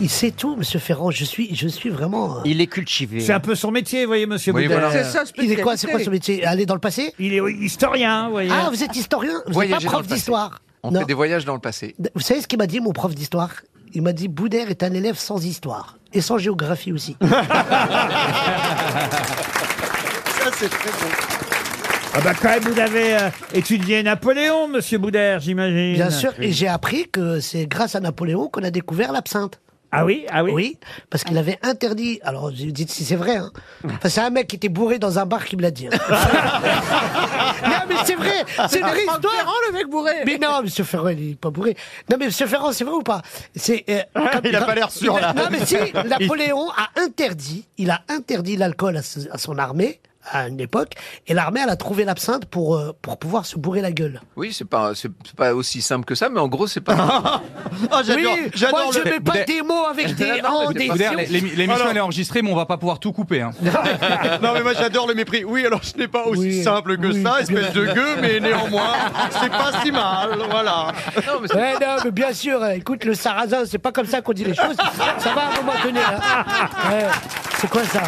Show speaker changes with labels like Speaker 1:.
Speaker 1: Il sait tout, Monsieur Ferrand. Je suis, je suis vraiment. euh,
Speaker 2: Il est cultivé.
Speaker 3: C'est un peu son métier, vous voyez, monsieur
Speaker 2: Oui,
Speaker 3: Boudin.
Speaker 2: voilà. C'est
Speaker 4: ça,
Speaker 1: Il est quoi C'est quoi son métier Aller dans le passé
Speaker 3: Il est historien, vous voyez.
Speaker 1: Ah, vous êtes historien Vous n'êtes pas
Speaker 2: Voyager euh, dans
Speaker 1: prof
Speaker 2: le passé.
Speaker 1: d'histoire
Speaker 2: On
Speaker 1: Non.
Speaker 2: fait des voyages dans le passé.
Speaker 1: Vous savez ce qu'il m'a dit, mon prof d'histoire Il m'a dit Boudère est un élève sans histoire. Et sans géographie aussi.
Speaker 3: Ah bah quand même, vous avez euh, étudié Napoléon, monsieur Boudère, j'imagine.
Speaker 1: Bien sûr. Et j'ai appris que c'est grâce à Napoléon qu'on a découvert l'absinthe.
Speaker 3: Ah oui, ah oui.
Speaker 1: Oui, parce qu'il avait interdit. Alors, vous dites si c'est vrai. Hein. Enfin, c'est un mec qui était bourré dans un bar qui me l'a dit. hein. non, mais c'est vrai. C'est une vraie histoire.
Speaker 4: le mec bourré.
Speaker 1: Mais non, Monsieur Ferrand, il n'est pas bourré. Non, mais Monsieur Ferrand, c'est vrai ou pas C'est. euh, comme-
Speaker 5: il a pas l'air sûr,
Speaker 1: Il
Speaker 5: là.
Speaker 1: a- Non, mais si. Napoléon a interdit. Il a interdit l'alcool à, ce- à son armée à une époque, et l'armée, elle a trouvé l'absinthe pour euh, pour pouvoir se bourrer la gueule.
Speaker 2: Oui, c'est pas, c'est c'est pas aussi simple que ça, mais en gros, c'est pas.
Speaker 5: Oh, j'adore,
Speaker 1: Oui, moi,
Speaker 5: j'adore
Speaker 1: je
Speaker 5: le-
Speaker 1: mets pas
Speaker 6: Boudère-
Speaker 1: des mots avec des
Speaker 2: Non, mais
Speaker 1: en,
Speaker 2: c'est
Speaker 1: des
Speaker 2: pas-
Speaker 6: Boudère,
Speaker 1: sions.
Speaker 6: l'é- l'é- l'émission elle est enregistrée, mais on va pas pouvoir tout couper. hein.
Speaker 5: Non, mais moi j'adore le mépris. Oui, alors ce n'est pas aussi
Speaker 1: Oui.
Speaker 5: simple que
Speaker 1: Oui.
Speaker 5: ça, espèce de gueux, mais néanmoins, c'est pas si mal, voilà.
Speaker 2: non, mais c'est-
Speaker 1: Ouais, non, mais bien sûr, euh, écoute, le sarrasin, c'est pas comme ça qu'on dit les choses. Eh, Ça va à un moment donné. hein. Ouais, c'est quoi ça